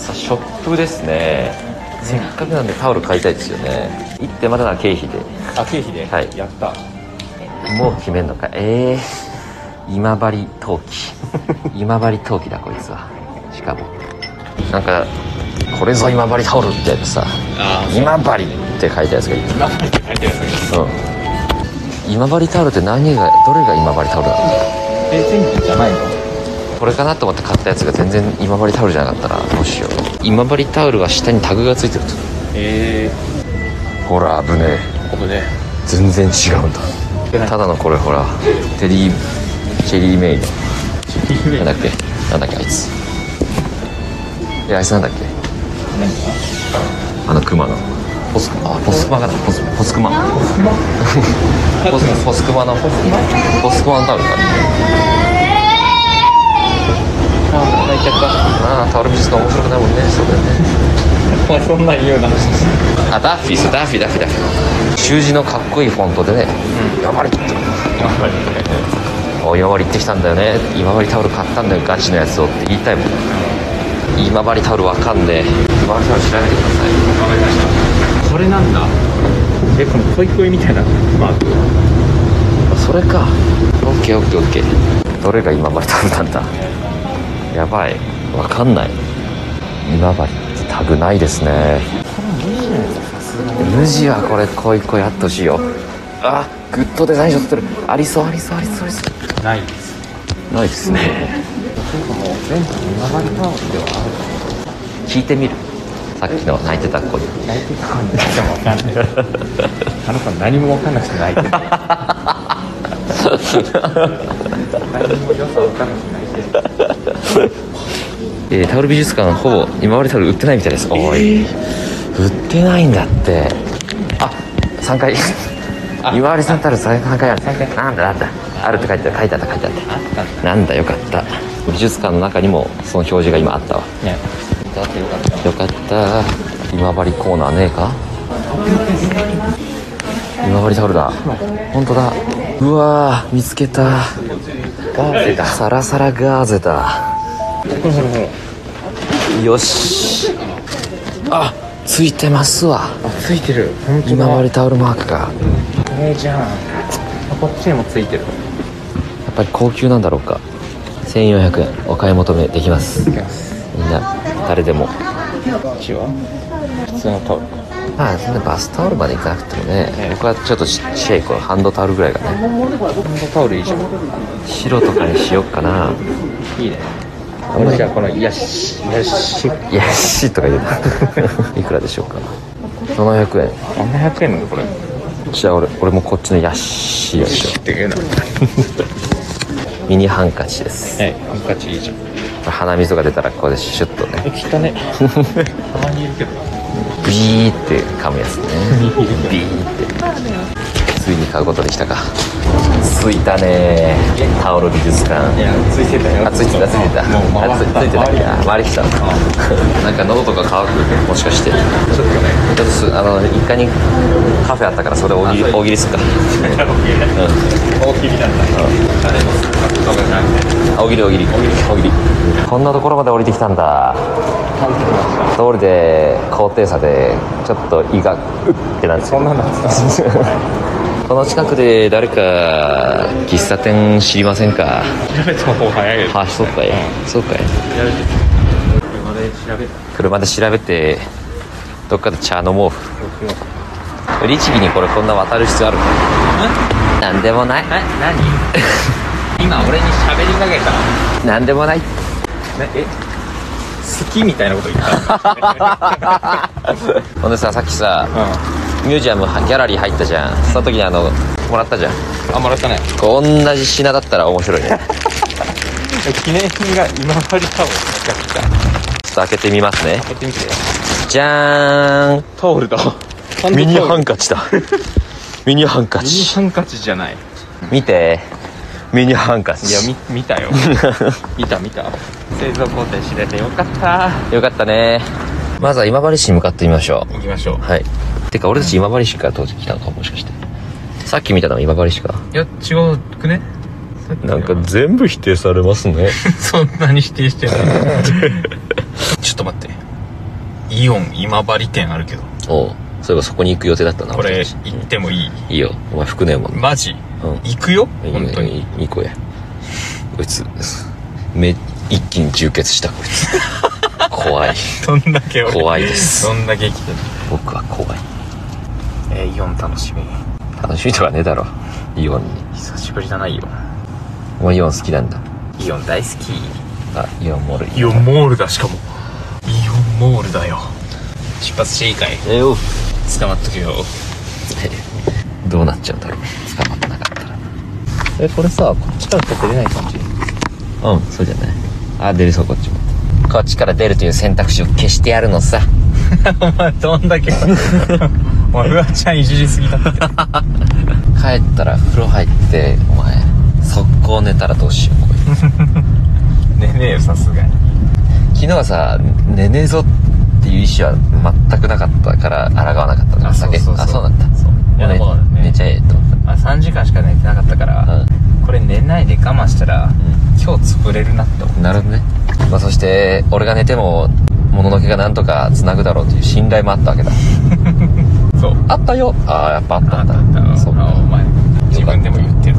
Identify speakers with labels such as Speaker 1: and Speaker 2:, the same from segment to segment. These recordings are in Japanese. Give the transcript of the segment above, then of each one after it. Speaker 1: ョップですねせっかくなんでタオル買いたいですよね行ってまたな経費で
Speaker 2: あ経費で、
Speaker 1: はい
Speaker 2: やった
Speaker 1: もう決めんのかええ今治陶器今治陶器だこいつはしかもなんかこれぞ今治タオルみたいなさ
Speaker 2: あ
Speaker 1: 今治って書いたやつがいる
Speaker 2: 今までって書いてるやつだけど
Speaker 1: うん今治タオルって何がどれが今治タオルなの
Speaker 2: 定点じゃないの
Speaker 1: これかなと思って買ったやつが全然今治タオルじゃなかったらどうしよう今治タオルは下にタグがついてると
Speaker 2: え
Speaker 1: ほら危ねえ
Speaker 2: ー、ここね
Speaker 1: 全然違うんだただのこれほらテリーチェリーメイドなんだっけなんだっけあいつえあいつなんだっけあのクマのポスあポスクマかなポスポスクマポスポスクマのポスクマのタオルか
Speaker 2: ああ泣いちゃった
Speaker 1: ああタオルビジネス面白くないもんねそうだよね
Speaker 2: お前そんなん言うな
Speaker 1: あダッフィーそうダッフィーダッフィーダッフィー習字のかっこいいフォントでね「やばり」って「おいやばりってきたんだよね今治タオル買ったんだよガチのやつを」って言いたいもん今治タオルわかんねえ今治タオル調べてください
Speaker 2: わかりましたこれなんだえこのホイホイみたいなマーク
Speaker 1: それかオッケーオッケーオッケーどれが今治タオルなんだやばいわかんない今治ってタグないですね無地はこれこいこいあってほしいよあグッドデザイン賞取ってるありそうありそうありそうありそう
Speaker 2: ないです
Speaker 1: ないですね全部今治タオルではある聞いてみるさっきの泣いてた子に
Speaker 2: 泣いてるかもわかんないあの子何もわかんなくて泣いてる何も良さわかんなくて泣いてる
Speaker 1: えータオル美術館ほぼ今治タオル売ってないみたいですおい、売ってないんだってあ三3階
Speaker 2: あ
Speaker 1: 今治さんタオル3階ある
Speaker 2: 三階
Speaker 1: なんだなんだあるって書いてある書いてあった書いてあっ
Speaker 2: あったん
Speaker 1: たなんだよかった美術館の中にもその表示が今あったわ
Speaker 2: だねだってよかった
Speaker 1: よかった今治コーナーねえか今治タオルだ本当だうわー見つけたガーゼだサラサラガーゼだ
Speaker 2: ほらほらほら
Speaker 1: よしあついてますわ
Speaker 2: あついてる本当だ
Speaker 1: 今治タオルマークが
Speaker 2: ええじゃんこっちにもついて
Speaker 1: や
Speaker 2: る
Speaker 1: っぱり高級なんだろうか1400円お買い求めできます
Speaker 2: いきます
Speaker 1: みんな誰でも
Speaker 2: こっちは普通のタオルか
Speaker 1: まあそんなバスタオルまでいかなくてもね僕はちょっとちっちゃいこのハンドタオルぐらいがね
Speaker 2: このタオルいいじゃん
Speaker 1: 白とかにしよっかない
Speaker 2: いね俺じゃあこのヤシヤシ
Speaker 1: いやしとか言うな いくらでしょうか700円
Speaker 2: 700円なのこれ
Speaker 1: じゃあ俺俺もこっちのヤッシーやしょ
Speaker 2: って言うなは
Speaker 1: ミニハンカチです
Speaker 2: いハンカチいいじゃん
Speaker 1: 鼻水が出たらここでシュッとね
Speaker 2: え汚ねたまにいるけど
Speaker 1: ビーって噛むやつねビーってついに買うことできたかついたねタオル美術
Speaker 2: い
Speaker 1: 館
Speaker 2: やついてたよ
Speaker 1: あついてたついてた
Speaker 2: もう回
Speaker 1: あつい
Speaker 2: った
Speaker 1: ついて
Speaker 2: 回り
Speaker 1: たあ
Speaker 2: ちょっ
Speaker 1: 回りきたなんか喉とか乾くもしかしてちょ
Speaker 2: とね
Speaker 1: っとすあの1階にカフェあったからそれ大喜利大喜利すっか
Speaker 2: 大きいなんだ誰もとかじゃなくて
Speaker 1: あ大喜利大喜利大喜利こんなところまで降りてきたんだ通りで高低差でちょっと胃がうってなんですけど
Speaker 2: そんなのあった
Speaker 1: この近くで誰か喫茶店知りませんか
Speaker 2: 調べた方が早いよ
Speaker 1: あそうかい、そうかい
Speaker 2: 調べて車で調べた
Speaker 1: 車で調べてどっかで茶飲もう律儀にこれこんな渡る必要あるなんでもない
Speaker 2: え何今俺に喋りかけた
Speaker 1: なんでもない
Speaker 2: ねえ好きみたいなこと言った、
Speaker 1: ほんでささっきさ ミュージアムギャラリー入ったじゃんその時にあのもらったじゃん
Speaker 2: あんまらったね
Speaker 1: こう同じ品だったら面白いね
Speaker 2: 記念品が今治タオルが来
Speaker 1: ち
Speaker 2: た
Speaker 1: ょっと開けてみますね
Speaker 2: やってみて
Speaker 1: じゃーん
Speaker 2: タオルだ
Speaker 1: ミニハン
Speaker 2: カ
Speaker 1: カチ だミニハンカ
Speaker 2: ミニ
Speaker 1: チ
Speaker 2: ハンカチじゃないい
Speaker 1: 見てミニハンカチ
Speaker 2: やみ見た よ見た見た製造工程知れてよかった
Speaker 1: よかったねまずは今治市に向かってみましょ
Speaker 2: 行きましょ
Speaker 1: うはいてか俺たち今治市から当時来たのかもしかしてさっき見たのは今治市か
Speaker 2: ういや違うくねさっきの
Speaker 1: 全部否定されますね
Speaker 2: そんなに否定してない ちょっと待ってイオン今治店あるけど
Speaker 1: おうそういえばそこに行く予定だったな
Speaker 2: これ
Speaker 1: 俺たち
Speaker 2: 行ってもいい
Speaker 1: いいよお前服ねえもん
Speaker 2: マジ、
Speaker 1: うん
Speaker 2: 行くよ本当に
Speaker 1: 2個やこいつめ一気に充血したこいつ 怖い
Speaker 2: どんだけ俺
Speaker 1: 怖いです
Speaker 2: どんだけ生きてる
Speaker 1: 僕は怖い
Speaker 2: えーイオン楽しみ
Speaker 1: 楽しみとかねえだろイオンに
Speaker 2: 久しぶりだなイオ
Speaker 1: お前イオン好きなんだ
Speaker 2: ンイオン大好
Speaker 1: あイオンも俺
Speaker 2: きイオンモールだしかもイオンモールだよ出発していいかい
Speaker 1: えよ
Speaker 2: 捕まっとけよ
Speaker 1: どうなっちゃうんだろう捕まってなかったらえこれさこっちから出れない感じうんそうじゃないあ出るそうこっちもこっちから出るという選択肢を消してやるのさ
Speaker 2: お前 どんだけ お前フワちゃんいじりすぎだって
Speaker 1: 帰ったら風呂入ってお前速攻寝たらどうしようこいつ
Speaker 2: 寝ねえよさすがに
Speaker 1: 昨日はさ寝ねえぞっていう意思は全くなかったから抗わなかったの
Speaker 2: あそうそうそう
Speaker 1: あそうなんだ
Speaker 2: そう
Speaker 1: もう
Speaker 2: いやそうだね
Speaker 1: 寝寝ちゃえと思っ
Speaker 2: あ3時間しか寝てなかったから、これ寝ないで我慢したら、今日潰れるなって思
Speaker 1: たなるほどね、まあ、そして俺が寝てももののけがなんとかつなぐだろうという信頼もあったわけだ
Speaker 2: うそう
Speaker 1: あったよああやっぱあった
Speaker 2: あ
Speaker 1: んだ
Speaker 2: んた
Speaker 1: そう
Speaker 2: あお前自分でも言ってる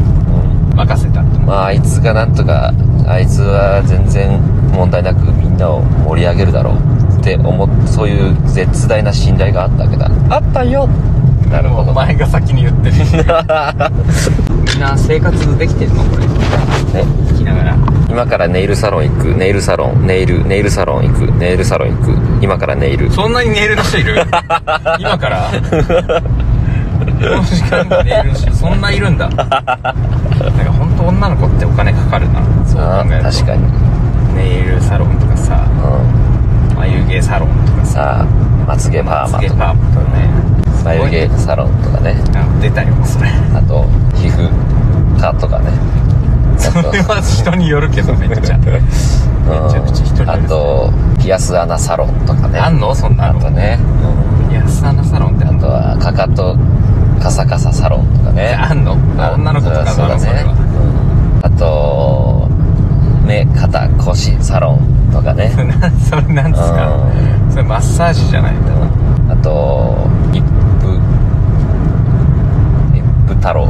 Speaker 1: うん
Speaker 2: 任せたって思う
Speaker 1: まああいつがなんとかあいつは全然問題なくみんなを盛り上げるだろうって思っそういう絶大な信頼があったわけだあったよなるほ
Speaker 2: お
Speaker 1: ど
Speaker 2: 前が先に言ってるみんな生活できてんのこれ
Speaker 1: ね
Speaker 2: 聞きながら
Speaker 1: 今からネイルサロン行くネイルサロンネイルネイルサロン行くネイルサロン行く今からネイル
Speaker 2: そんなにネイルの人 いる今からこの時間にネイルの人そんないるんだなんか本当女の子ってお金かかるなそう
Speaker 1: ああ
Speaker 2: 考えると
Speaker 1: 確かに、
Speaker 2: ネイルサロンとかさ
Speaker 1: うん、
Speaker 2: 眉毛サロンとかさ
Speaker 1: さあまつげパーマ
Speaker 2: つけ
Speaker 1: と
Speaker 2: パ
Speaker 1: か
Speaker 2: ーマとかねすごい
Speaker 1: 眉毛サロンとかね
Speaker 2: あ出たよそ れ
Speaker 1: あと皮膚科とかね
Speaker 2: それは人によるけどめっ ちゃめちゃくちゃ人によ
Speaker 1: うん
Speaker 2: る
Speaker 1: あとピアス穴サロンとかね
Speaker 2: あんのそんな
Speaker 1: あ
Speaker 2: の
Speaker 1: とね、
Speaker 2: 安穴サロンってあ
Speaker 1: あ
Speaker 2: ん
Speaker 1: と
Speaker 2: の
Speaker 1: はかかとカサカササロンとかね
Speaker 2: あんのあ女の子とか
Speaker 1: そうだ
Speaker 2: なのそれ
Speaker 1: ね
Speaker 2: は
Speaker 1: うんあと目肩腰サロンとかね
Speaker 2: なそれなんですか
Speaker 1: う
Speaker 2: それマッサージじゃないんだな
Speaker 1: あと一夫一夫太郎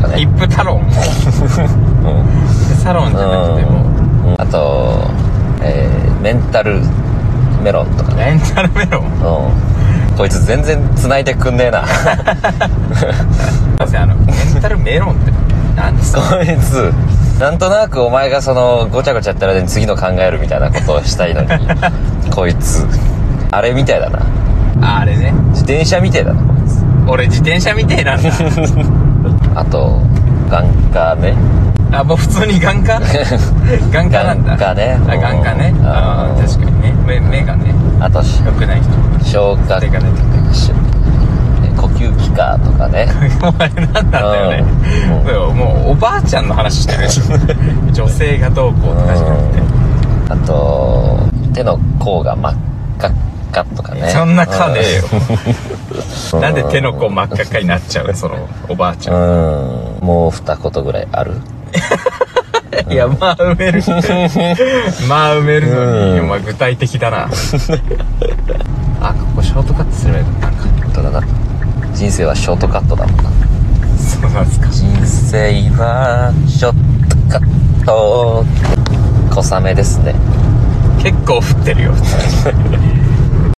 Speaker 1: とか
Speaker 2: 一
Speaker 1: ね
Speaker 2: 夫太郎も
Speaker 1: うん
Speaker 2: サロンじゃなくても
Speaker 1: うんあと、えーメンタルメロンとかね
Speaker 2: レンタルメロン
Speaker 1: うんこいつ全然繋いでくんねえな
Speaker 2: すいませんあのレンタルメロンって何ですか
Speaker 1: こいつなんとなくお前がそのごちゃごちゃやってる間に次の考えるみたいなことをした いのにこいつあれみたいだな
Speaker 2: ああれね
Speaker 1: 自転車みたいだなこいつ
Speaker 2: 俺自転車みて えなんだ
Speaker 1: あと眼科ね
Speaker 2: あもう普通に眼 科眼科なんだ
Speaker 1: 眼科ね
Speaker 2: あ眼科ね
Speaker 1: うん
Speaker 2: ああ
Speaker 1: うん
Speaker 2: 確かにね目目がね
Speaker 1: あとし
Speaker 2: 良くない人
Speaker 1: 消化
Speaker 2: 手が出て
Speaker 1: しえ呼吸器科とかね
Speaker 2: お前何なんだよね
Speaker 1: うん
Speaker 2: そうよもうおばあちゃんの話してるし女性がどうこうとかじゃなくて
Speaker 1: あと手の甲が真っ赤っかとかね
Speaker 2: そんなかねえよ
Speaker 1: うん
Speaker 2: なんで手の甲真っ赤っかになっちゃうのそのおばあち
Speaker 1: う
Speaker 2: ゃ
Speaker 1: んもう二言ぐらいある
Speaker 2: んいやまあ埋めるってまあ埋めるのに
Speaker 1: うん
Speaker 2: お前具体的だなあここショートカットすればよかったのか
Speaker 1: 本当だな人生はショートカットだもんな
Speaker 2: そうなんですか
Speaker 1: 人生はショートカット小雨ですね
Speaker 2: 結構降ってるよ普通に